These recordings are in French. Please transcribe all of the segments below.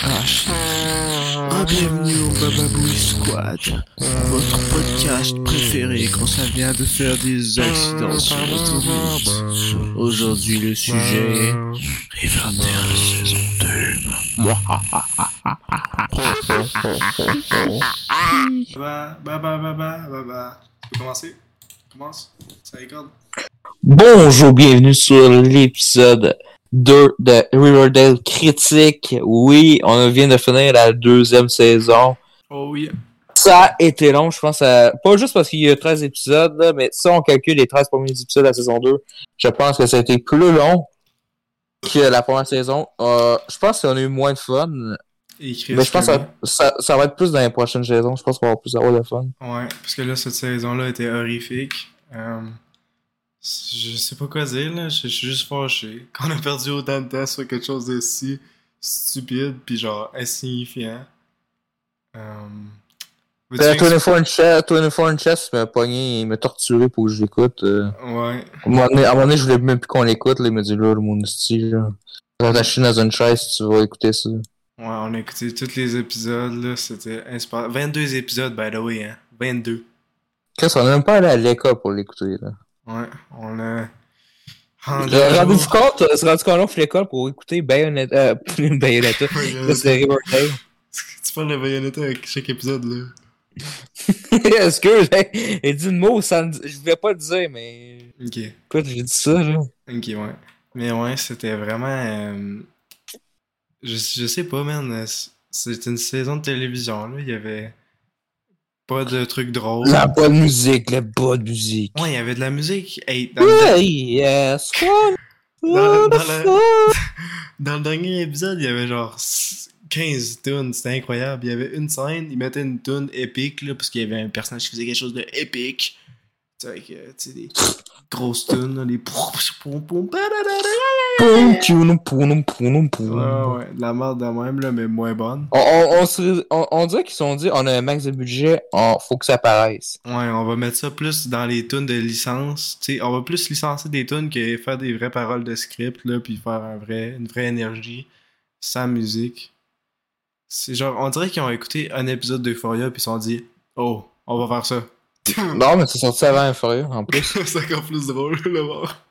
Podcast. Ah, bienvenue au Bababouille Squad, votre podcast préféré quand ça vient de faire des accidents sur l'autoroute. Aujourd'hui, le sujet est les 21 saison 2. Bah, bah, bah, bah, bah, bah, bah. Tu peux commencer? Commence? Ça récorde? Bonjour, bienvenue sur l'épisode 2 de Riverdale Critique. Oui, on vient de finir la deuxième saison. Oh oui. Ça a été long, je pense. à- Pas juste parce qu'il y a 13 épisodes, là, mais si on calcule les 13 premiers épisodes de la saison 2, je pense que ça a été plus long que la première saison. Euh, je pense qu'on a eu moins de fun, Et Chris, mais Ben, je pense que ça, que- ça- ça va être plus dans les prochaines saisons. Je pense qu'on va plus avoir de fun. Ouais, parce que là, cette saison-là était horrifique. Euh, je sais pas quoi dire, là. Je je suis juste fâché. Qu'on a perdu autant de temps sur quelque chose de si stupide, puis genre insignifiant. Euh... veux-tu Euh, bien que- 24 and Chess, 24 and Chess m'a pogné, il m'a torturé pour que je l'écoute. euh. Ouais. À un moment donné, à un moment donné, je voulais même plus qu'on l'écoute, là, il m'a dit là, mon style. là. Tu vas t'acheter dans une chaise, tu vas écouter ça. Ouais, on a écouté tous les épisodes, là. C'était inspirant. 22 épisodes, by the way, hein. 22. Chris, on n'est même pas allé à l'école pour l'écouter, là. Ouais, on a. Euh, Ah, Rendez-vous compte, on s'est rendu compte là, on fait l'école pour écouter Bayonetta. Euh, Bayonetta. C'est Riverdale. Tu parles de Bayonetta avec chaque épisode, là. Excuse, j'ai j'ai dit le mot, ça me- je voulais pas le dire, mais. Ok, Écoute, j'ai dit ça, là. ok, ouais. Mais ouais, c'était vraiment. euh, Je, je sais pas, man. euh, c- C'était une saison de télévision, là. Il y avait pas de trucs drôles. La bonne musique, la bonne musique. Ouais, il y avait de la musique. Hey, dans, le, Ouais, yes, quoi? Dans- dans la- Oh, dans le dernier épisode, il y avait genre s- 15 tunes. C'était incroyable. Il y avait une scène, ils mettaient une tune épique, là, parce qu'il y avait un personnage qui faisait quelque chose de épique. Tu sais, avec, euh, tu sais, des grosses tunes, là, des. poum, tchoum, poum, poum, poum. Ouais, ouais, de la merde de même, là, mais moins bonne. On, on, on se- on- on dirait qu'ils se sont dit on a un max de budget, on, faut que ça apparaisse. Ouais, on va mettre ça plus dans les tunes de licence. Tu sais, on va plus licencer des tunes que faire des vraies paroles de script, là, puis faire un vrai, une vraie énergie sans musique. C'est genre, on dirait qu'ils ont écouté un épisode d'Euphoria, puis ils se sont dit, oh, on va faire ça. Non, mais c'est sorti avant Inférieur en plus. c'est encore plus drôle, là, voir.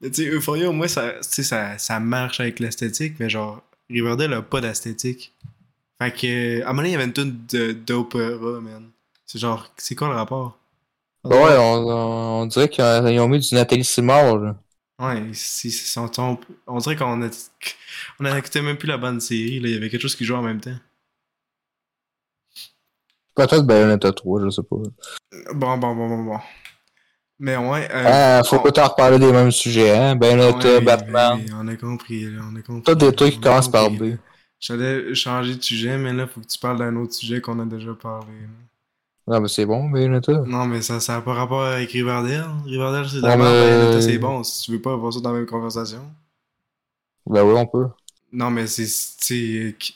Mais tu sais, Euphoria, au moins, ça, tu sais, ça, ça marche avec l'esthétique, mais genre, Riverdale a pas d'esthétique. Fait que, à un moment donné, il y avait une tune de- d'opéra, man. C'est genre, c'est quoi le rapport? Ouais, on, on- on dirait qu'ils ont, ils ont mis du Nathalie Simard. là. Ouais, si, si- si on tombe. On dirait qu'on a. On a écouté même plus la bande série, là. Il y avait quelque chose qui jouait en même temps. Peut-être Bayonetta 3, je sais pas. Bon, bon, bon, bon, bon. Mais ouais. euh, Ah, faut on- pas t'en reparler des mêmes sujets, hein. Bayonetta, ouais, Batman. ouais, on a compris, là. On a compris. Tout des trucs qui On a commencent par compris. B. J'allais changer de sujet, mais là, faut que tu parles d'un autre sujet qu'on a déjà parlé. là. Non, mais c'est bon, ben, Bayonetta. Non, mais ça, ça a pas rapport avec Riverdale. Riverdale, c'est de Ouais, la merde. mais- Bayonetta, c'est bon. Si tu veux pas avoir ça dans la même conversation. Ben oui, on peut. Non, mais c'est. c'est- qui-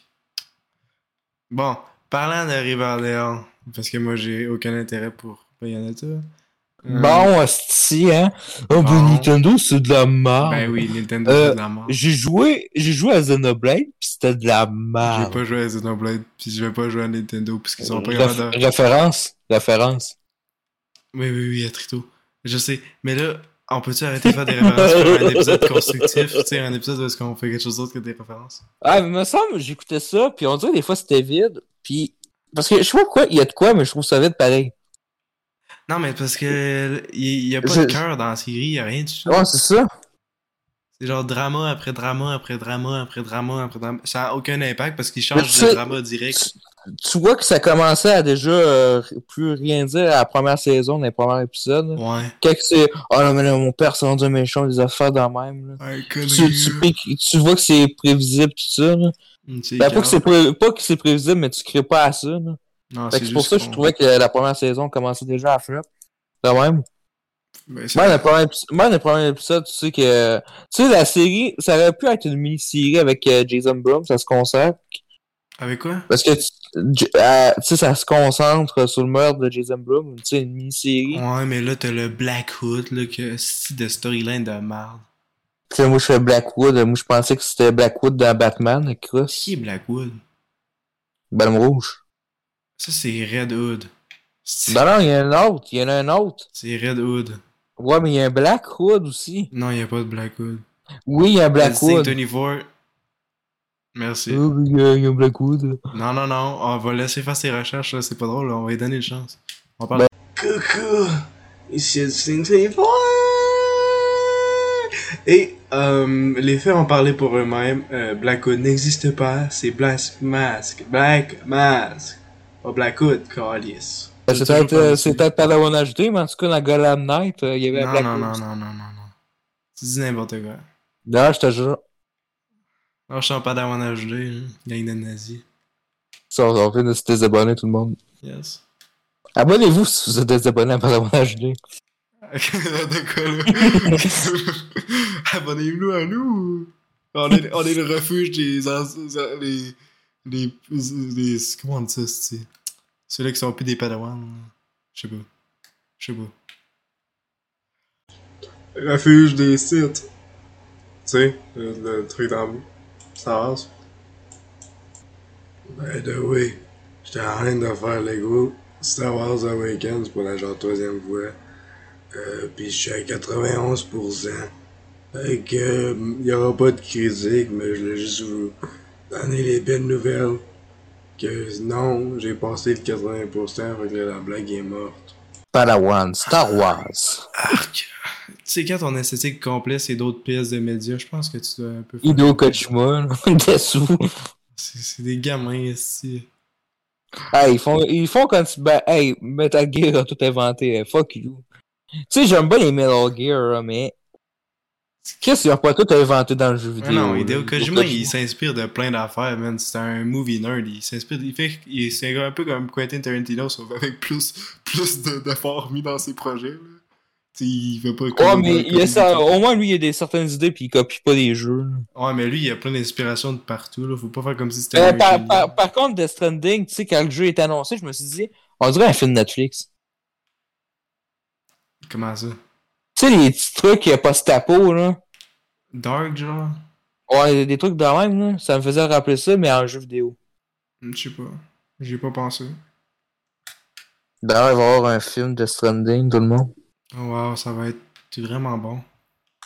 Bon, parlant de Riverdale, parce que moi, j'ai aucun intérêt pour Bayonetta. Euh, Bon, si, hein. Oh, Bon. ben Nintendo, c'est de la merde. Ben oui, Nintendo, Euh, c'est de la mort. J'ai J'ai joué, j'ai joué à Xenoblade, pis c'était de la merde. pas joué à Xenoblade, puis je vais pas jouer à Nintendo, parce qu'ils sont pas Réf- capables de. référence, référence. Oui, oui, oui, à Trito. Je sais. Mais là, on peut-tu arrêter de faire des références pour un épisode constructif? Tu sais, un épisode où est-ce qu'on fait quelque chose d'autre que des références? Ah, mais me semble, j'écoutais ça, puis on dirait des fois c'était vide, puis parce que je sais pas pourquoi il y a de quoi, mais je trouve ça vide pareil. Non, mais parce que il y, a pas Je- de cœur dans la série, il y a rien du tout. Ouais, c'est ça. C'est genre drama après drama après drama après drama après drama. Ça a aucun impact parce qu'ils Mais tu changent de sais- drama direct. Tu, tu vois que ça commençait à déjà euh, plus rien dire à la première saison, dans les premiers épisodes. là. Ouais. Quand que c'est oh là, mais là, mon père c'est rendu un méchant, des affaires dans le même. Là. Tu, tu, piques- tu vois que c'est prévisible tout ça. Là. Mm, Ben, pas que c'est pré- pas que c'est prévisible, mais tu crées pas à ça. Là. Non, Fait que Ah, c'est pour ça que je trouvais que la première saison commençait déjà à flop. De même. Ben, Moi, le premier, épi- moi, le premier épisode, tu sais que. Tu sais, la série, ça aurait pu être une mini-série avec euh, Jason Blum, ça se concentre. Avec quoi? Parce que, tu J- euh, tu sais, ça se concentre sur le meurtre de Jason Blum, tu sais, une mini-série. Ouais, mais là, t'as le Black Hood, là, que c'est de storyline de merde. Puis là, moi, je fais Blackwood. Moi, je pensais que c'était Blackwood dans Batman, avec Cross. Qui est Blackwood? Ballon rouge. Ça, c'est Red Hood. C'est Ben non, il y en a un autre. Il y en a un autre. c'est Red Hood. Ouais, mais il y a un Blackwood aussi. Non, il n'y a pas de Blackwood. Oui, il y a un Blackwood. Blackwood. 24. Merci. Oui, oui, Il y a- il y a un Blackwood. Non, non, non. On va laisser faire ses recherches, là. C'est pas drôle, là. On va lui donner une chance. On parle. Ben- Coucou, ici Justin Trévois. Et euh, les faits en parler pour eux-mêmes. Euh, Blackwood n'existe pas, c'est Black Mask. Black Mask. Pas Blackwood, Carlis. Ben, J'ai C'est toujours peut-être euh, pensé. c'est peut-être Padawan HD, mais en tout cas, dans Gotham Knight, euh, il y avait un non, Blackwood. non, non, non, non, non, non. Tu dis n'importe quoi. Non, je te jure. Non, je suis en padawan HD, hein. gang de nazis. Ça, on on vient de se désabonner, tout le monde. Yes. Abonnez-vous si vous êtes désabonné à Padawan HD. Ah, de quoi, là? Abonnez-vous à nous. On est, on est le refuge des. ans- des, des, des- comment on dit ça, c'est Ceux-là qui sont plus des padawans. Je sais pas. Je sais pas. Refuge des sites. Tu sais, le, le truc d'en bas. Ça va, ça? By the way, Ben, j'étais en train de faire le groupe Star Wars Awakens pour la genre troisième fois. Euh, Puis je suis à 91%. Fait que, il n'y aura pas de critique, mais je voulais juste vous donner les belles nouvelles. Que non, j'ai passé le 80%, fait que la blague est morte. Padawan, Star Wars. Tu sais, quand ton esthétique complet, c'est d'autres pièces de médias, je pense que tu dois un peu. faire- Hideo Kojima, là, dessous. C'est c'est des gamins ici. Hey, ils font, ils font quand tu. Ben, hey, Metal Gear a tout inventé. euh, Fuck you. Tu sais, j'aime bien les Metal Gear, là, mais. Qu'est-ce qu'ils ont pas tout inventé dans le jeu vidéo? Ah non, là? Hideo Kojima, il s'inspire de plein d'affaires, man. C'est un movie nerd. Il s'inspire. Il fait. il- C'est un peu comme Quentin Tarantino, sauf avec plus, plus de- d'efforts mis dans ses projets, là. Tu sais, il fait pas. Ouais, comme- mais il y a comme- ça, au moins, lui, il a des certaines idées, puis il copie pas les jeux. là. Ouais, mais lui, il a plein d'inspirations de partout, là. Faut pas faire comme si c'était. Euh, un par, génie. par- par contre, Death Stranding, tu sais, quand le jeu est annoncé, je me suis dit, on dirait un film Netflix. Comment ça Tu sais, les petits trucs euh, post-apo, là. Dark, genre Ouais, des trucs de même, là. Ça me faisait rappeler ça, mais en jeu vidéo. Je sais pas. J'y ai pas pensé. D'ailleurs, il va y avoir un film de Stranding, tout le monde. Oh, wow, ça va être vraiment bon.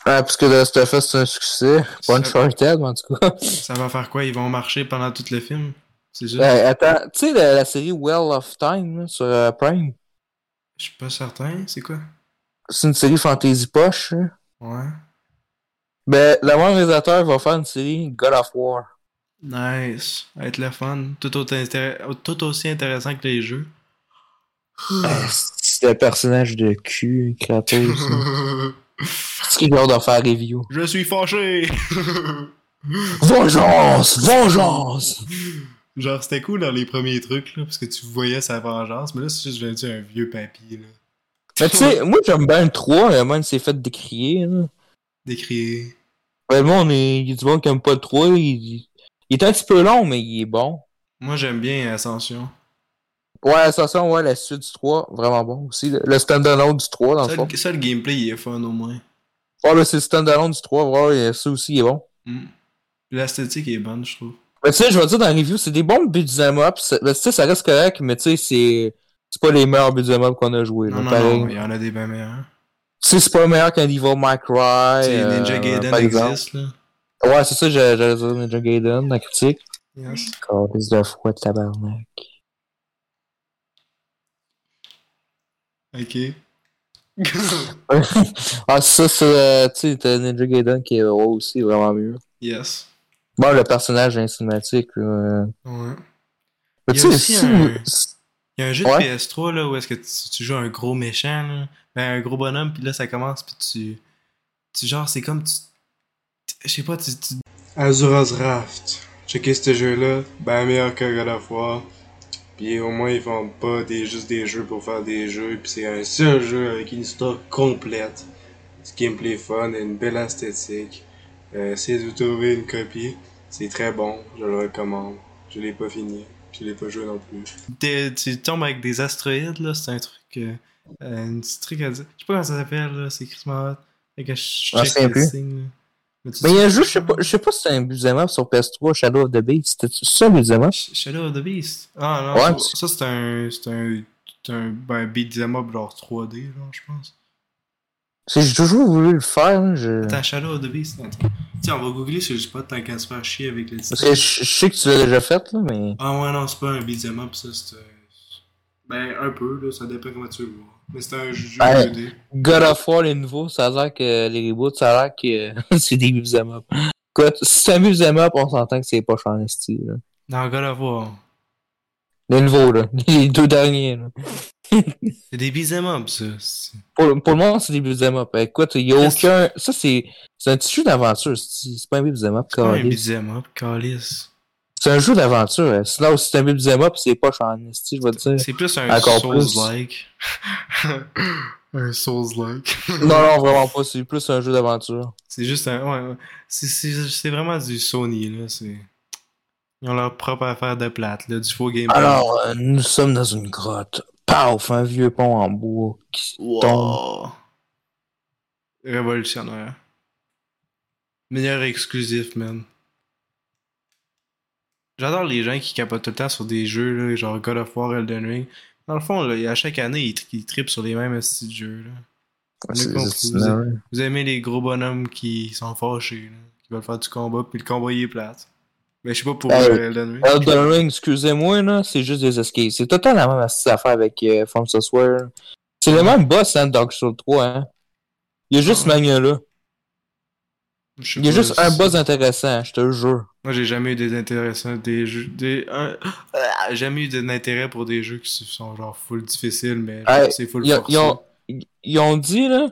Ah, parce que The Stuff c'est un succès. Pas Ça- Uncharted, mais en tout cas. Ça va faire quoi Ils vont marcher pendant tout le film C'est juste. Euh, attends, tu sais, la, la série Well of Time, là, sur euh, Prime, Je suis pas certain. C'est quoi c'est une série fantasy poche. hein. là. Ouais. Ben, le même réalisateur va faire une série God of War. Nice. Va Être le fun. Tout autant intér- tout aussi intéressant que les jeux. Ah, c'est un personnage de cul, Kratos. là. Je C'est ce qu'il a de faire review. suis fâché. Vengeance! Vengeance! Genre, c'était cool dans les premiers trucs, là, parce que tu voyais sa vengeance, mais là, c'est juste devenu un vieux papy, là. Mais tu sais, moi j'aime bien le 3, le monde s'est fait décrier. Là. Décrié. Ben, le monde, est- il y a du monde qui aime pas le 3. Il, il est un petit peu long, mais il est bon. Moi, j'aime bien Ascension. Ouais, Assassin, ouais, la suite du 3, vraiment bon aussi. Le, le standalone du 3, dans le Ça, fond. le, ça, le gameplay, il est fun, au moins. Ouais, là, c'est le standalone du 3, ouais, ça aussi il est bon. Mm. L'esthétique est bonne, je trouve. Mais tu sais, je vais dire dans la review, c'est des bons buts du beat'em up. c'est- ben, Tu sais, ça reste correct, mais tu sais, c'est. C'est pas les meilleurs beat'em up qu'on a joué. Non, non, non, il y en a des bien meilleurs. Tu sais, c'est pas meilleur qu'un niveau Mike Cry. Tu sais, euh, Ninja Gaiden par exemple. existe, là. Ouais, c'est ça, j'a- j'allais dire Ninja Gaiden, la critique. Yes. Calice de froid de tabarnak. Ok. Ah, ça, c'est, euh, tu sais, t'as Ninja Gaiden qui est héros aussi, vraiment mieux. yes. Bon, le personnage est cinématique, là, euh. Ouais. Mais Il y tu a sais, aussi si- un- si- Il y a un jeu Ouais. de PS3 là où est-ce que tu, tu joues un gros méchant, là. Ben, un gros bonhomme, puis là ça commence, puis tu. Tu genre, c'est comme tu. tu- Je sais pas, tu. tu- Azura's Raft. Checker ce jeu-là, ben meilleur que God of War. Puis au moins ils font pas des, juste des jeux pour faire des jeux. Puis c'est un seul jeu avec une histoire complète. Du gameplay fun et une belle esthétique. Euh, essayez de trouver une copie. C'est très bon, je le recommande. Je l'ai pas fini. puis Je l'ai pas joué non plus. t'es- tu tombes avec des astéroïdes, là. C'est un truc. Euh, euh, un petit truc à dire. Je sais pas comment ça s'appelle, là. C'est Chris Marot. Fait que je Ah, check c'est le un peu. signe, là. Mais tu Mais dis- Ben, il y a un jeu, je sais pas, je sais pas si c'est un Buscema sur PS3, Shadow of the Beast. C'était ça, Buscema? Sh- Shadow of the Beast. Ah non, Ouais, ça, ça, c'est un. C'est un. C'est un. Ben, beat'em up genre 3D, genre, je pense. Si j'ai toujours voulu le faire, hein, je... Attends, Shadow of the Beast. Attends. Tiens, on va googler sur le spot tant qu'à se faire chier avec les Parce que je, je sais que tu l'as déjà fait, là, mais. Ah ouais, non, c'est pas un beat'em up, ça, c'est. un- Ben, un peu, là, ça dépend comment tu veux le voir. Mais c'est un jeu Ouais. 2D. God of War, les nouveaux, ça a l'air que les reboots, ça a l'air que c'est des Buscema. up. Écoute, si c'est un Buscema, up, on s'entend que c'est pas cher en esti, là. Non, God of War. Les nouveaux, là. Les deux derniers, là. C'est des beat'em up, ça. c'est- Pour, pour le moment, c'est des Buscema. up. Écoute, il y a Est-ce- aucun. Ça, c'est. C'est un petit jeu d'aventure, c'est c'est pas un Buscema. up, C'est pas un câlisse. beat'em up, calice. C'est un jeu d'aventure. hein. Sinon, si c'est un beat'em up, c'est pas en esti, je vais te dire. C'est plus un Encore Souls-like. un Souls-like. Non, non, vraiment pas. C'est plus un jeu d'aventure. C'est juste un. Ouais, ouais. C'est- C'est c'est vraiment du Sony, là. c'est- Ils ont leur propre affaire de plate, là, du faux gameplay. Alors, euh, nous sommes dans une grotte. Paf, un vieux pont en bois. qui- Wow. Révolutionnaire. Meilleur exclusif, man. J'adore les gens qui capotent tout le temps sur des jeux, là, genre God of War, Elden Ring. Dans le fond, là, à chaque année, ils, tri- ils trippent sur les mêmes styles de jeux. Là. C'est- compris, c'est- vous non, ouais. Vous aimez les gros bonhommes qui sont fâchés, là, qui veulent faire du combat, puis le combat, il est plate. Mais je sais pas pour Hey. euh, Elden Ring. Elden Ring, excusez-moi, là, c'est juste des esquives. C'est totalement la même astuce à faire avec euh, From Software. C'est le même boss, hein, Dark Souls 3, hein. Il y a juste ce mania-là. Je sais Il y a pas juste si- un boss intéressant, je te le jure. Moi, j'ai jamais eu des intéressants, des jeux, des, un- ah, jamais eu d'intérêt pour des jeux qui sont genre full difficiles, mais genre, Hey, c'est full Ils, ont- forcé. ils ont, ils ont dit, là,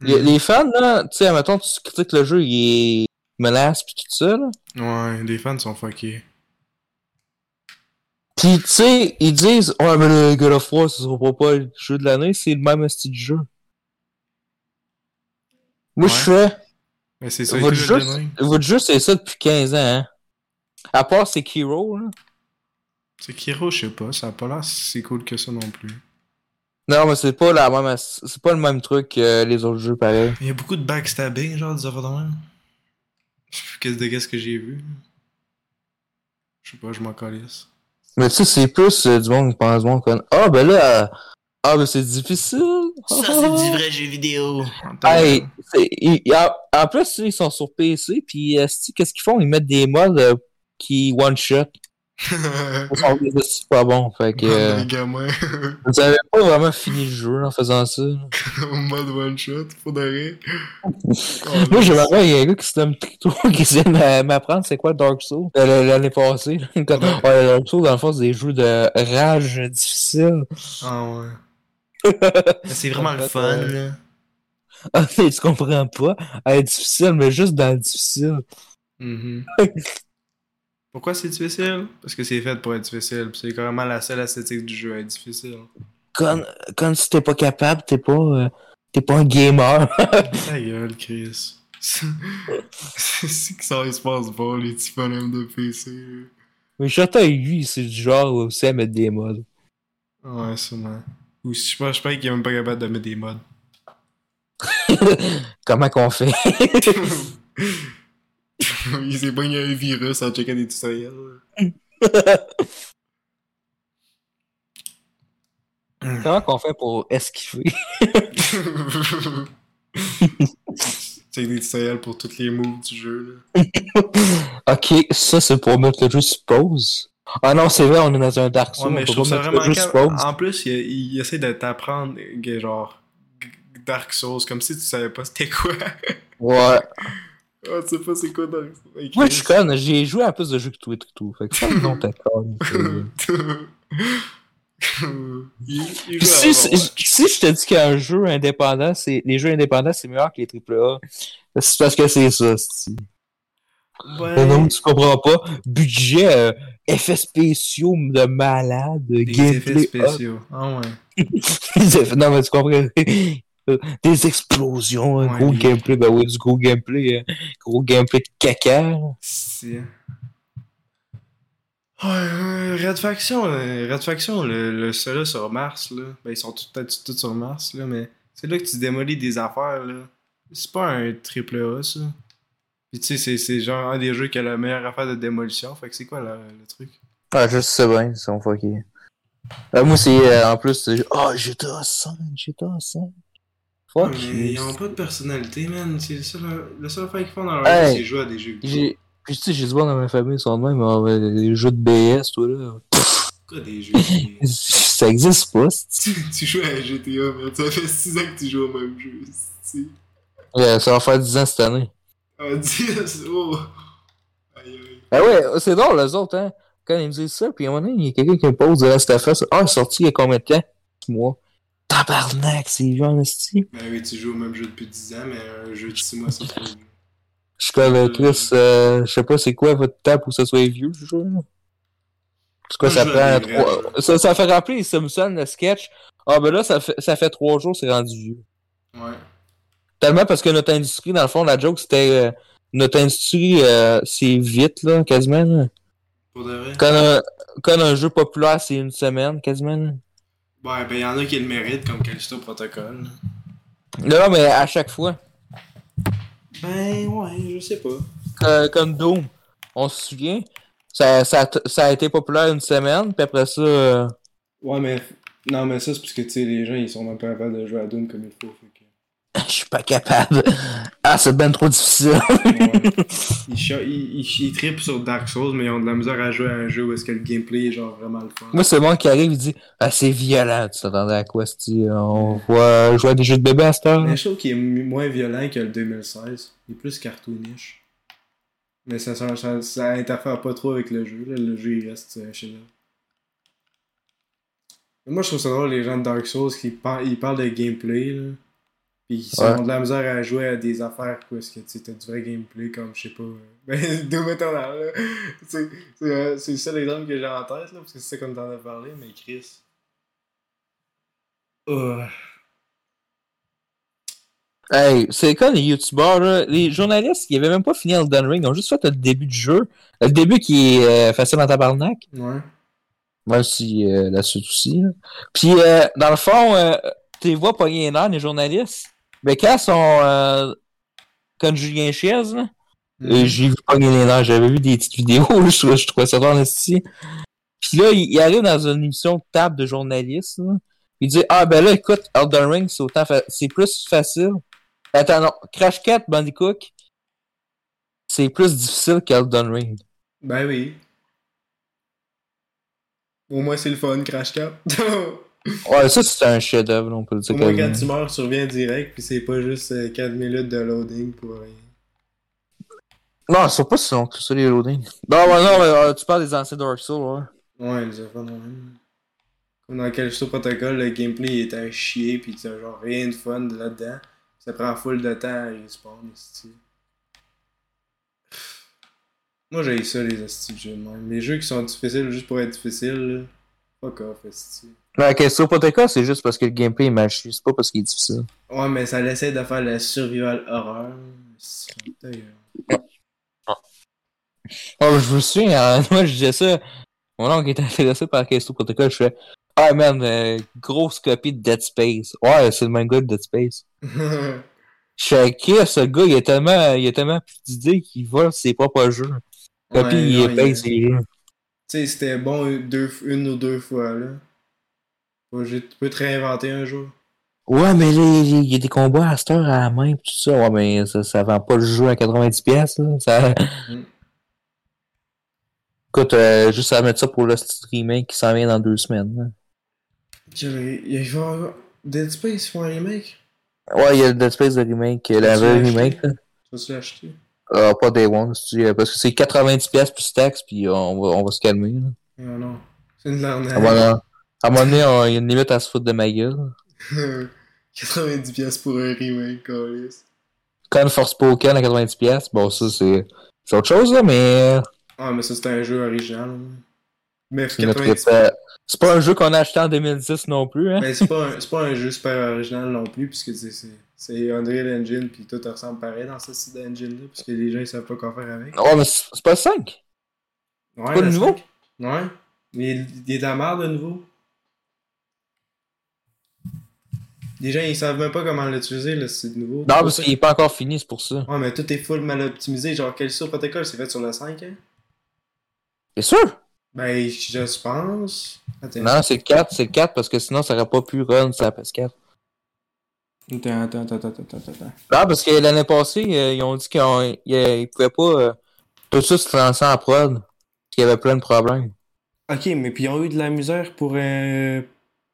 Mm. les- les fans, là, tu sais, admettons, tu critiques le jeu, il est menace pis tout ça, là. Ouais, les fans sont fuckés. Pis, tu sais, ils disent, ouais, mais le God of War, ce sera pas, pas le jeu de l'année, c'est le même style de jeu. Moi, je fais, Mais Ben, c'est ça, votre ils jeu, le donnent. votre jeu, c'est ça depuis 15 ans, hein. À part c'est Kiro, là. C'est Kiro, je sais pas, ça a pas l'air si cool que ça non plus. Non, mais c'est pas la même, c'est pas le même truc que les autres jeux, pareil. Il y a beaucoup de backstabbing, genre, des affaires de même. Je sais plus qu'est-ce de qu'est-ce que j'ai vu. Je sais pas, je m'en calisse. Mais tu sais, c'est plus euh, du monde qui pense du monde comme, ah, ben là, euh, ah, ben c'est difficile. vrai jeu vidéo. Hey, c'est- il- il- en, en plus, ils sont sur PC, puis euh, c'est- qu'est-ce qu'ils font? Ils mettent des mods euh, qui one-shot. Ils sont des- C'est pas bon, fait que... euh, Les gamins, Vous avez pas vraiment fini le jeu en faisant ça. en mode one shot, faudrait. Moi, j'ai marre, il y a un gars qui se nomme Trito qui essaie de m'a- m'apprendre c'est quoi Dark Souls euh, l'année passée. là, quand- Ouais. ouais, Dark Souls, dans le fond, c'est des jeux de rage difficiles. Ah ouais. ah, C'est vraiment En le fait, fun, euh, là. Ah, mais tu comprends pas. Elle est difficile, mais juste dans le difficile. Mhm. Pourquoi c'est difficile? Parce que c'est fait pour être difficile. puis C'est carrément la seule esthétique du jeu à être difficile. Quand, quand si t'es pas capable, t'es pas, euh, t'es pas un gamer. Ta gueule, Chris. c'est que ça, il se passe pas, les petits bonhommes de PC. là. mais j'entends lui, c'est du genre aussi à mettre des mods. Ouais, sûrement. Ou si je pense, je pense qu'il est même pas capable de mettre des modes. Comment qu'on fait? il s'est pas un virus en checkant des tutoriels. Comment qu'on fait pour esquiver? Check des tutoriels pour tous les moves du jeu, là. Ok, ça c'est pour mettre le jeu suppose. Ah non, c'est vrai, on est dans un Dark Ouais, Souls. mais je on peut trouve pas ça mettre vraiment le jeu calme. suppose. En plus, il, il essaie de t'apprendre, que genre, g- Dark Souls, comme si tu savais pas c'était quoi. Ouais. oh, tu sais pas c'est quoi Dark Souls. Ok. Moi, je suis conne, j'ai joué à plus de jeux que toi et tout. Fait que ça, non, t'es conne. t'es- il, il Puis joue si, à si, Overwatch. si je te dis qu'un jeu indépendant, c'est les jeux indépendants, c'est meilleur que les AAA, c'est parce que c'est ça, c'ti. Ouais. Mais Non, tu comprends pas. Budget, euh, effets spéciaux de malade, Des effets gameplay. hot. spéciaux. Ah ouais. Des effets- non, mais tu comprends. Euh, Des explosions, un Ouais, gros les- gameplay. Ben oui, du gros gameplay. hein. Gros gameplay de caca. Si. Ouais, euh, Red Faction, euh, Red Faction, le, le ceux-là sur Mars, là. Ben, ils sont tout- peut-être tous sur Mars, là, mais c'est là que tu démolis des affaires, là. C'est pas un triple A, ça. Puis tu sais, c'est- c'est genre un des jeux qui a la meilleure affaire de démolition. Fait que c'est quoi la- le truc? Ah, je sais bien, ils sont fuckés. Euh, moi, c'est euh, en plus, c'est Ah, GTA 5, GTA 5. Fuck. Mais Euh, ils ont pas de personnalité, man. C'est le seul, la seule affaire qu'ils font dans leur Hey. vie, c'est jouer à des jeux vidéo. J'ai. Puis tu sais, j'ai du bon dans ma famille, ils sont de même, ah, ouais, les jeux de BS, toi là. Quoi des jeux vidéo? Ça existe pas, c'est- tu, tu joues à GTA, man. Ça fait 6 ans que tu joues au même jeu. c'est- Euh, Ça va faire 10 ans cette année. Ah, 10, oh! Aïe aïe. Ah ouais, c'est drôle, les autres, hein. Quand ils me disent ça, puis à un moment donné, il y a quelqu'un qui me pose de la face. Ah, sorti il y a combien de temps? Moi. Tabarnak, c'est genre esti. Ben oui, tu joues au même jeu depuis 10 ans, mais un jeu de 6 mois, ça trop vieux. Je suis comme Mm. euh, Chris, euh, je sais pas c'est quoi votre temps pour que ça soit vieux, ce jeu, là. C'est quoi, Un ça jeu à prend des vrais trois. Ça, ça fait rappeler les Simpsons, le sketch. Ah ben là, ça fait, ça fait trois jours, c'est rendu vieux. Ouais. Tellement parce que notre industrie, dans le fond, la joke, c'était euh, notre industrie, euh, c'est vite, là, quasiment. là. Pour de vrai. Quand un, quand un jeu populaire, c'est une semaine, quasiment. là. Ouais, ben y'en a qui le méritent, comme Callisto Protocol. Non, non, mais à chaque fois. Ben ouais, je sais pas. Euh, comme Doom, on se souvient, ça, ça, ça a été populaire une semaine, puis après ça. euh, Ouais, mais. Non, mais ça, c'est parce que, tu sais, les gens, ils sont même pas capables de jouer à Doom comme il faut. Fait que... Je suis pas capable. Ah, c'est ben trop difficile. Ouais. ils, cha- ils, ils, ils trippent sur Dark Souls, mais ils ont de la misère à jouer à un jeu où est-ce que le gameplay est genre vraiment le fun. Moi, c'est le monde qui arrive, il dit Ah, c'est violent. Tu t'attendais à quoi, c'ti? On voit jouer à des jeux de bébé à cette heure. Mais je trouve qu'il est m- moins violent que le 2016. Il est plus cartoonish. Mais ça, ça, ça, ça interfère pas trop avec le jeu. là. Le jeu, il reste euh, chez là. Moi, je trouve ça drôle, les gens de Dark Souls, qui par- ils parlent de gameplay. Là. Puis ils Ouais. ont de la misère à jouer à des affaires. Quoi, parce que tu sais, t'as du vrai gameplay, comme je sais pas. euh, Ben, Doom Eternal. là. C'est c'est, euh, c'est le seul exemple que j'ai en tête, là, parce que c'est ça qu'on t'en a parlé, mais Chris. Oh. Hey, c'est comme les youtubeurs, là. Les journalistes qui avaient même pas fini Elden Ring, ils ont juste fait le début du jeu. Le début qui est euh, facile en tabarnak. Ouais. Même si euh, la suite aussi. là. Puis, euh, dans le fond, euh, tu les vois pogner les les journalistes. Mais quand ils sont. euh, comme Julien Chiez, là, Mm. euh, j'ai vu pogner les nerfs. J'avais vu des petites vidéos, je, trouvais- je trouvais ça drôle ici. Puis là, il, il arrive dans une émission de table de journalistes. là. Il dit Ah, ben là, écoute, Elden Ring, c'est autant fa- c'est plus facile. Attends, non, Crash 4, Bandicoot, c'est plus difficile qu'Elden Ring. Ben oui. Au moins, c'est le fun, Crash Cap. Au Ouais, ça, c'est un chef-d'œuvre, on peut le dire. moins, comme- quand tu meurs, tu reviens direct, puis c'est pas juste 4 minutes de loading pour rien. Non, ils sont pas si longs que ça, les loadings. Non, ouais, non, mais, euh, tu parles des anciens Dark Souls, ouais. Ouais, les affaires non même. Comme dans Callisto Protocol, le gameplay est un chier, puis t'as genre rien de fun de là-dedans. Ça prend full de temps à respawn, esti. Moi, j'ai ça, les esti de jeux de même. Les jeux qui sont difficiles juste pour être difficiles, là. Fuck off, esti. Mais la question pour cas, c'est juste parce que le gameplay est mal chié, c'est pas parce qu'il est difficile. Ouais, mais ça l'essaie de faire la survival horror. C'est d'ailleurs. Oh, je me souviens, euh, moi, je disais ça. Mon oncle était intéressé par la question pour cas, je fais. Ah, man, euh, grosse copie de Dead Space. Ouais, c'est le même gars de Dead Space. Je fais, Chris, ce gars, il a tellement, il a tellement plus d'idées qu'il vole ses propres jeux. Copie, Ouais, il non, est paye ses jeux. Tu sais, c'était bon une- deux, une ou deux fois, là. Faut juste- Tu peux te réinventer un jour. Ouais, mais là, il y a des combats à cette heure à la main, pis tout ça. Ouais, mais ça, ça vend pas le jeu à 90$, pièces, là. Ça... Mm. Écoute, euh, juste à mettre ça pour le streaming qui s'en vient dans deux semaines. Quel- Il va y avoir Dead Space pour un remake. là. Ouais, il y a le Dead Space de remake, euh, la Tu vraie l'as remake, là. Tu vas-tu l'acheter? Ah, pas Day One, c'est-tu, euh, parce que c'est 90$ pièces plus taxes, puis on va, on va se calmer, là. Non, Ah, non. C'est une À un moment- arnaque. à un moment donné, on- il y a une limite à se foutre de ma gueule. 90$ piastres pour un remake, câlisse. Quand Force Pokémon à 90$, pièces, bon, ça, c'est, c'est autre chose, là, mais... Ah, mais ça, c'était un jeu original. là. Mais c'est notre- 90$. euh, C'est pas un jeu qu'on a acheté en 2010 non plus, hein. Ben, c'est pas, un- c'est pas un jeu super original non plus, puisque tu sais, c'est c'est Unreal Engine, puis tout ressemble pareil dans ce site d'engine-là, puisque les gens ils savent pas quoi faire avec. Oh, mais c'est c'est pas le 5. Ouais, pas la nouveau? cinq. Ouais. Mais il il est de la merde de nouveau. Les gens, ils savent même pas comment l'utiliser, là, c'est nouveau. Non, parce qu'il est pas encore fini, c'est pour ça. Ouais, mais tout est full mal optimisé. Genre, quel sur protocole c'est fait sur le 5, hein? C'est sûr? Ben, je pense. Attends. Non, c'est le 4, c'est le 4, parce que sinon, ça aurait pas pu run sur la PS4. Attends, attends, attends, attends, attends, attends, attends. Ah, parce que l'année passée, euh, ils ont dit qu'ils ont- ils- ils pouvaient pas euh, tout ça se lancer en prod. Parce qu'il y avait plein de problèmes. Ok, mais puis ils ont eu de la misère pour, euh,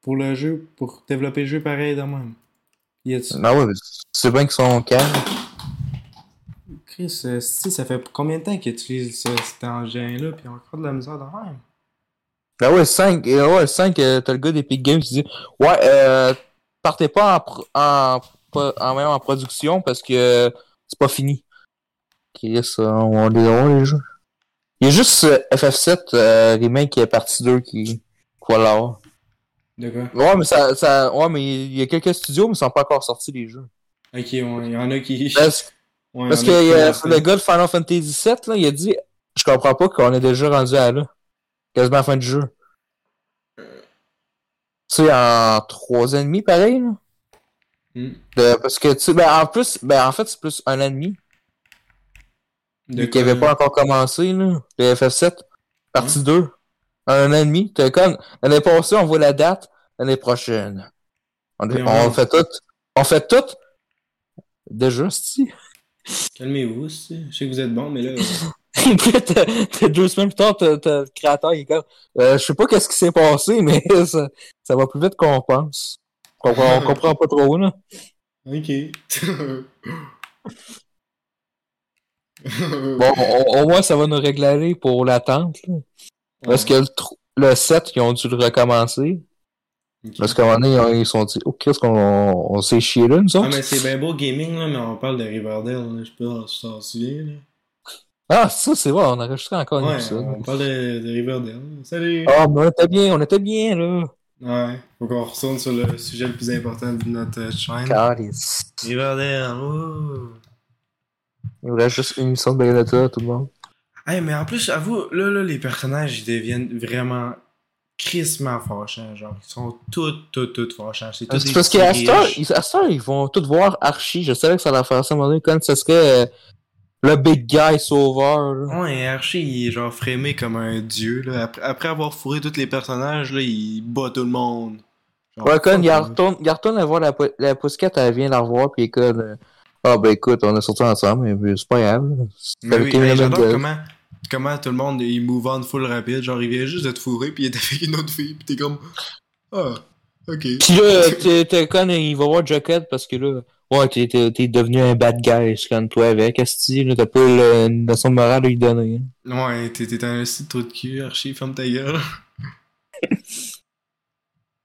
pour le jeu, pour développer le jeu pareil de même. Y a-tu- Ah ouais, mais c'est bien qu'ils sont calmes. Chris, euh, si, ça fait combien de temps qu'ils utilisent ce- cet engin-là, puis ils ont encore de la misère de même? Ben ouais, 5, ouais, 5 t'as le gars d'Epic Games qui dit Ouais, euh, partez pas en, pro- en, pro- en, même en production parce que euh, c'est pas fini. Chris, euh, on les aura les jeux. Il y a juste euh, FF7 euh, Remake qui est partie 2 qui qu'il faut l'avoir. De quoi? Ouais, mais ça, ça ouais, mais il y a quelques studios mais ils sont pas encore sortis les jeux. Ok, ouais, il y en a qui. Parce, Ouais, Ben, parce il que y en a qui euh, commencent à- le gars de Final Fantasy VII là, il a dit je comprends pas qu'on est déjà rendu à là. Quasiment à la fin du jeu. Tu sais, en trois ans et demi, pareil, là. Hmm. De- parce que, tu sais, ben, en plus, ben, en fait, c'est plus un an et demi, De mais qui avait quoi? pas encore commencé, là, le FF7, partie Hmm. 2, un an et demi, t'es con, l'année passée, on voit la date, l'année prochaine. On, Mais on ouais. fait tout, on fait tout, déjà, si. Calmez-vous, c'est- je sais que vous êtes bon, mais là. Puis là, t'as t'as deux semaines plus tard, t'as t'as le créateur, il est comme, euh, je sais pas qu'est-ce qui s'est passé, mais ça, ça va plus vite qu'on pense. On comprend, Hmm. on comprend pas trop, là. ok. Hmm. Bon, au, au moins, ça va nous régler pour l'attente. là. Parce que le, tr- le 7, ils ont dû le recommencer. Ok. Parce qu'à un moment donné, ils ont- ils se sont dit, oh, qu'est-ce qu'on on, s'est chié là, nous Ah, autres? mais c'est bien beau gaming, là, mais on parle de Riverdale, là. je sais pas si tu t'en souviens. Là. Ah, ça, c'est vrai, on a enregistré encore une Ouais, épisode. on parle de, de Riverdale. Salut! Ah, mais on était bien, on était bien, Hmm. là. Ouais, faut qu'on retourne sur le sujet le plus important de notre euh, chaîne. Calice. Riverdale, wouh! Il nous reste juste une émission de Bayonetta, tout le monde. Hey, mais en plus, avoue, là, là, les personnages, ils deviennent vraiment crissement fâchants. Genre, ils sont tous, tous, tous fâchants. C'est tous Parce des Ah, parce qu'à petits cette heure, riches. ils- à cette heure, ils vont tous voir Archie. Je savais que ça allait faire ça à un moment donné, quand ce serait euh, le big guy sauveur, là. Ouais, Archie, il est genre frémé comme un dieu. Là. Après, après avoir fourré tous les personnages, là, il bat tout le monde. Genre, Ouais, Con, fuck, il là. retourne, il retourne à voir la, po- la poussquette, elle vient la revoir, puis Con, euh, ah ben écoute, on est sortis ensemble, mais c'est pas grave. C'est Mais avec Ben oui, Kevin hey, Lemon j'adore de- comment, comment tout le monde, il move on full rapide. Genre, il vient juste de te fourrer, puis il est avec une autre fille, puis t'es comme... Ah, ok. Puis là, t'es- t'es con, il va voir Jughead parce que là, ouais, t'es, t'es, t'es devenu un bad guy, je connais toi avec, Asti, là, t'as pas le- une leçon de morale à lui donner. hein. Ouais, t'es t'es un petit trou de cul, Archie, ferme ta gueule.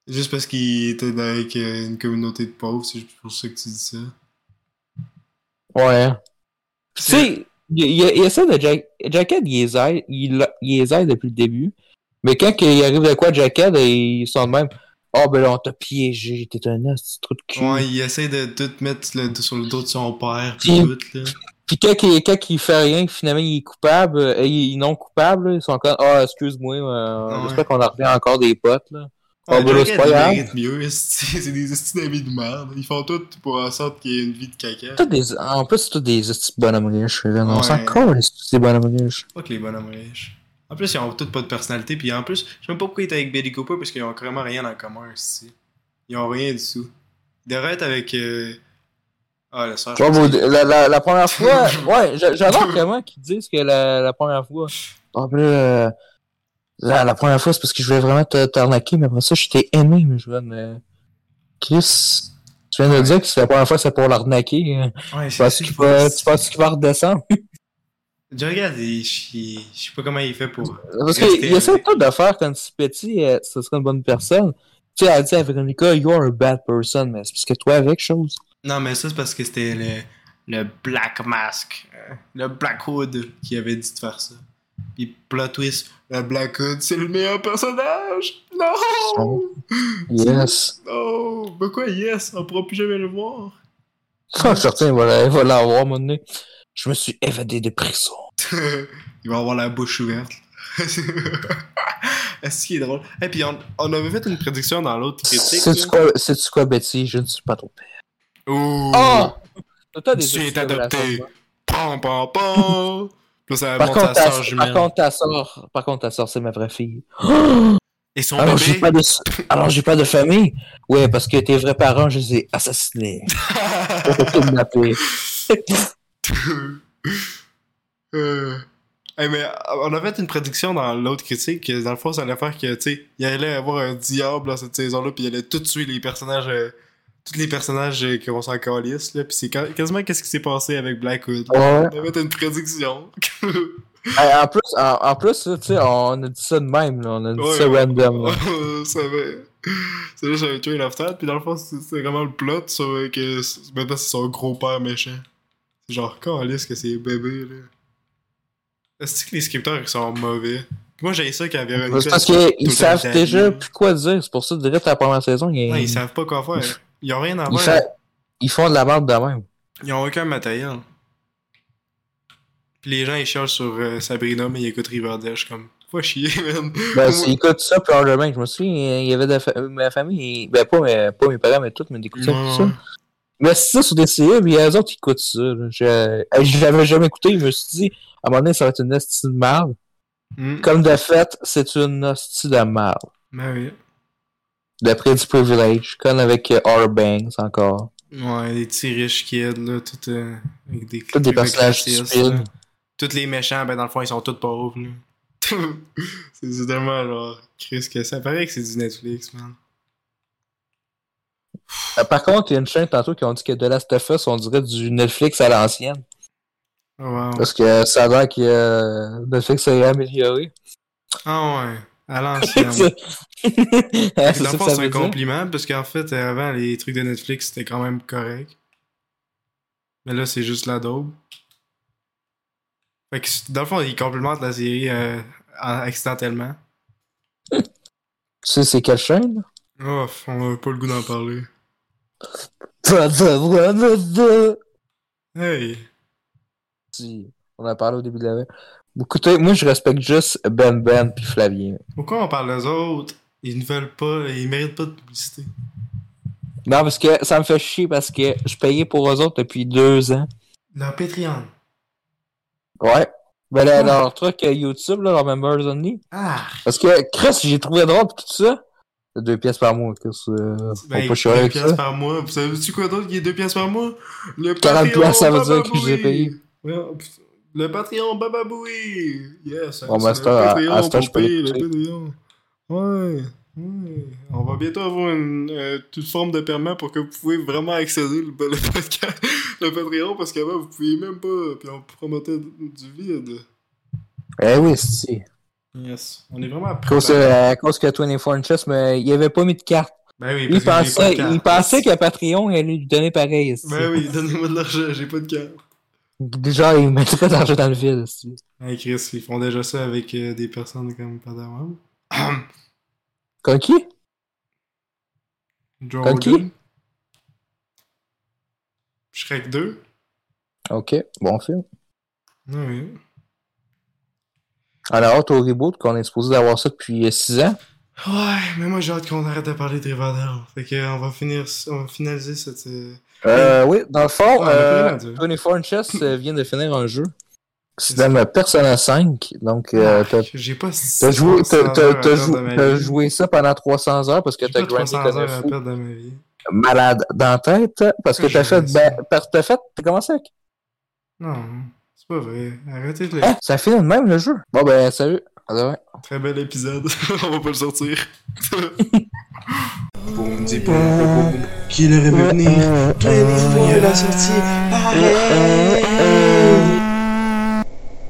juste parce qu'il était avec euh, une communauté de pauvres, c'est juste pour ça que tu dis ça. Ouais. Tu sais, il, il, il essaie de Jack, Jughead, il les aide, il, l'a- il les aide depuis le début, mais quand il arrive de quoi, Jughead, ils sont de même, oh ben là, on t'a piégé, t'es un asti, trou de cul. Ouais, il essaie de tout mettre le- sur le dos de son père, pis Puis- tout, là. Puis quand il, quand il fait rien, que finalement il est coupable, euh, il est non coupable, là, ils sont comme Ah, excuse-moi, euh, Ouais. j'espère qu'on a revient encore des potes. Là. Ouais, Ah, ben là, c'est Jughead, pas il grave. mérite mieux, esti. c'est des esti d'amis de merde. Ils font tout pour en sorte qu'il y ait une vie de caca. Tout des, en plus, c'est tous des petits bonhommes riches. là. On Ouais. s'en colle, c'est des bonhommes riches. Pas que les bonhommes riches. En plus, ils ont tous pas de personnalité, puis en plus, je sais même pas pourquoi ils étaient avec Billy Cooper, parce qu'ils ont vraiment rien en commun, ici. Ils ont rien du tout. Ils devraient être avec... euh, Ah, la soeur... Ouais, vous- la, la, la première fois, ouais, j'a- j'adore comment qu'ils disent que la, la première fois. Ah, ben là, euh, la, la première fois, c'est parce que je voulais vraiment te- t'arnaquer, mais après ça, je t'ai aimé, mais je viens de. Chris, tu viens de dire que c'est la première fois, c'est pour l'arnaquer. hein. Ouais, Tu c'est penses ça. qu'il va- tu penses qu'il va redescendre? Je regarde, il- je je sais pas comment il fait pour... Parce Rester qu'il essaie avec. pas de faire comme si petit, euh, ce serait une bonne personne. Tu sais, elle dit à Véronica, you're a bad person, mais c'est parce que toi avec chose. Non, mais ça, c'est parce que c'était le... Le Black Mask. euh, Le Black Hood qui avait dit de faire ça. Puis plot twist, le Black Hood, c'est le meilleur personnage! Ah Non! Yes. Non! Pourquoi yes? On pourra plus jamais le voir. Oh, certain, il va la- il va l'avoir, à un moment donné. Je me suis évadé de prison. Il va avoir la bouche ouverte. Est-ce qu'il est drôle? Et puis, on, on avait fait une prédiction dans l'autre critique. C'est-tu là. quoi, sais-tu quoi, Betty? Je ne suis pas ton père. Ouh! Ah! T'as des tu es excuses de la adopté! euh, sorte, hein. Pam, pam, pam! Puis là, ça Par monte contre, à ta, sœur par jumelle. contre, ta soeur, par contre, ta soeur, c'est ma vraie fille. Et son Alors, j'ai bébé? pas de, alors, j'ai pas de famille? Ouais, parce que tes vrais parents, je les ai assassinés. Kidnappés. Euh, hey, mais on a fait une prédiction dans l'autre critique que dans le fond, ça allait faire que, tu sais, il allait avoir un diable dans cette saison-là, puis il allait tout tuer les personnages, euh, tous les personnages euh, qu'on s'en calisse, là, puis c'est ca- quasiment qu'est-ce qui s'est passé avec Blackwood. Ouais. On a fait une prédiction. Hey, en plus, en, en plus là, tu sais, on a dit ça de même, là. on a dit Ouais, ça ouais. random. là. ça va. C'est là j'avais tué l'after, puis dans le fond, c'est c'est vraiment le plot sur euh, que c'est- maintenant c'est son gros-père méchant. C'est genre, calisse que c'est bébé, là. Est-ce que les scripteurs ils sont mauvais? Moi, j'ai ça quand Véronica. C'est parce tout le qu'ils temps savent d'habiller. déjà plus quoi dire, c'est pour ça que direct à la première saison, ils, Ouais, ils savent pas quoi faire. Ils ont rien à ils voir. fa- ils font de la merde de même. Ils ont aucun matériel. Puis les gens, ils chialent sur euh, Sabrina, mais ils écoutent Riverdale. Je suis comme, va chier, man. Ben, c'est- ils écoutent ça, puis Underman, je me souviens, il y avait de la fa- ma famille, et- ben pas mes, pas mes parents, mais toutes, mais d'écouter ça, Ouais, tout ça. ouais. Mais c'est ça sur des séries, puis les autres, ils écoutent ça. là. Je hey, je l'avais jamais écouté, je me suis dit, à un moment donné, ça va être une hostie de merde. Hmm. Comme de fait, c'est une hostie de merde. Ben oui. D'après du privilège, comme avec euh, R. Banks encore. Ouais, les petits riches kids, là, tout, euh, avec des, Tous des avec personnages des racistes, stupides. là. Tous les méchants, ben dans le fond, ils sont tous pauvres, là. c'est c'est tellement, genre, Chris, que ça paraît que c'est du Netflix, man. Euh, Par contre, il y a une chaîne tantôt qui ont dit que The Last of Us, on dirait du Netflix à l'ancienne. Oh, wow. Parce que ça a l'air que euh, Netflix a amélioré. Ah ouais, à C'est l'ancienne. ça Dans que le fond, ça c'est un veut dire. compliment, parce qu'en fait, euh, avant, les trucs de Netflix, c'était quand même correct. Mais là, c'est juste la daube. Fait que, dans le fond, ils complimentent la série euh, en- accidentellement. Tu sais, c'est quelle chaîne? Oh, on a pas le goût d'en parler. Hey! Si, On en a parlé au début de la Écoutez, moi, je respecte juste Ben Ben puis Flavien. Pourquoi on parle d'eux autres? Ils ne veulent pas, ils méritent pas de publicité. Non, parce que ça me fait chier parce que je payais pour eux autres depuis deux ans. Leur Patreon. Ouais. Ben, là, leur truc euh, YouTube, là, leur Members Only. Ah! Parce que, Chris, j'ai trouvé drôle pis tout ça. Deux pièces par mois, Chris. euh, faut Ben, pas chialer 2 avec ça. piastres par mois. Vous savez-tu quoi d'autre qui est 2 piastres par mois? Le 40 Patreon, piastres, ça veut dire Baba que je les ai Booey. payés. Ouais, pff, Le Patreon, Baba Booey! Yes! Bon, c'est ben, le c'est ça, à- à ce temps, je peux payer, le l'écouter. Patreon. Ouais. ouais. On va bientôt avoir une, euh, toute forme de permis pour que vous pouvez vraiment accéder le, le podcast, le Patreon, parce qu'avant, vous pouviez même pas, puis on promettait du vide. Eh oui, si. Yes. On est vraiment À cause, euh, à cause que 24 Chess, mais il avait pas mis de carte. Ben oui, Il parce que j'ai pensait, pas de il carte. pensait que Patreon allait lui donner pareil. ici. Ben oui, donnez-moi de l'argent, j'ai pas de carte. Déjà, il mettrait de l'argent dans le vide. ici. Hey Chris, ils font déjà ça avec euh, des personnes comme Padawan. Comme qui? Jordan. qui? Shrek 2. Ok, bon film. Ah Oui. On a hâte au reboot qu'on est supposé d'avoir ça depuis 6 ans. Ouais, mais moi j'ai hâte qu'on arrête de parler de Riverdale. Fait que euh, on va finir, on va finaliser cette. euh, Euh, oui, dans le fond, Ah, on a euh, plus rien à dire. 24 Chess euh, vient de finir un jeu. C'est dans Persona 5. Donc, euh, t'as Marc, Ah, j'ai pas. t'as joué, t'as- 300 t'as- heures à t'as perdre jou- de ma t'as vie. joué ça pendant 300 heures parce que J'ai pas t'as grindé 300 comme un heures à fou. perdre de ma vie. malade dans la tête hein, parce que Pourquoi t'as j'ai fait, fait ben, parce que t'as fait, t'as commencé avec. Non, c'est pas vrai. Arrêtez de le. Hein, ça finit de même le jeu. Bon ben salut. À demain. Très bel épisode. on va pas le sortir. Boum, dis boum, boum, boum. Qui le venir Tenez-vous, on l'a sorti Pareil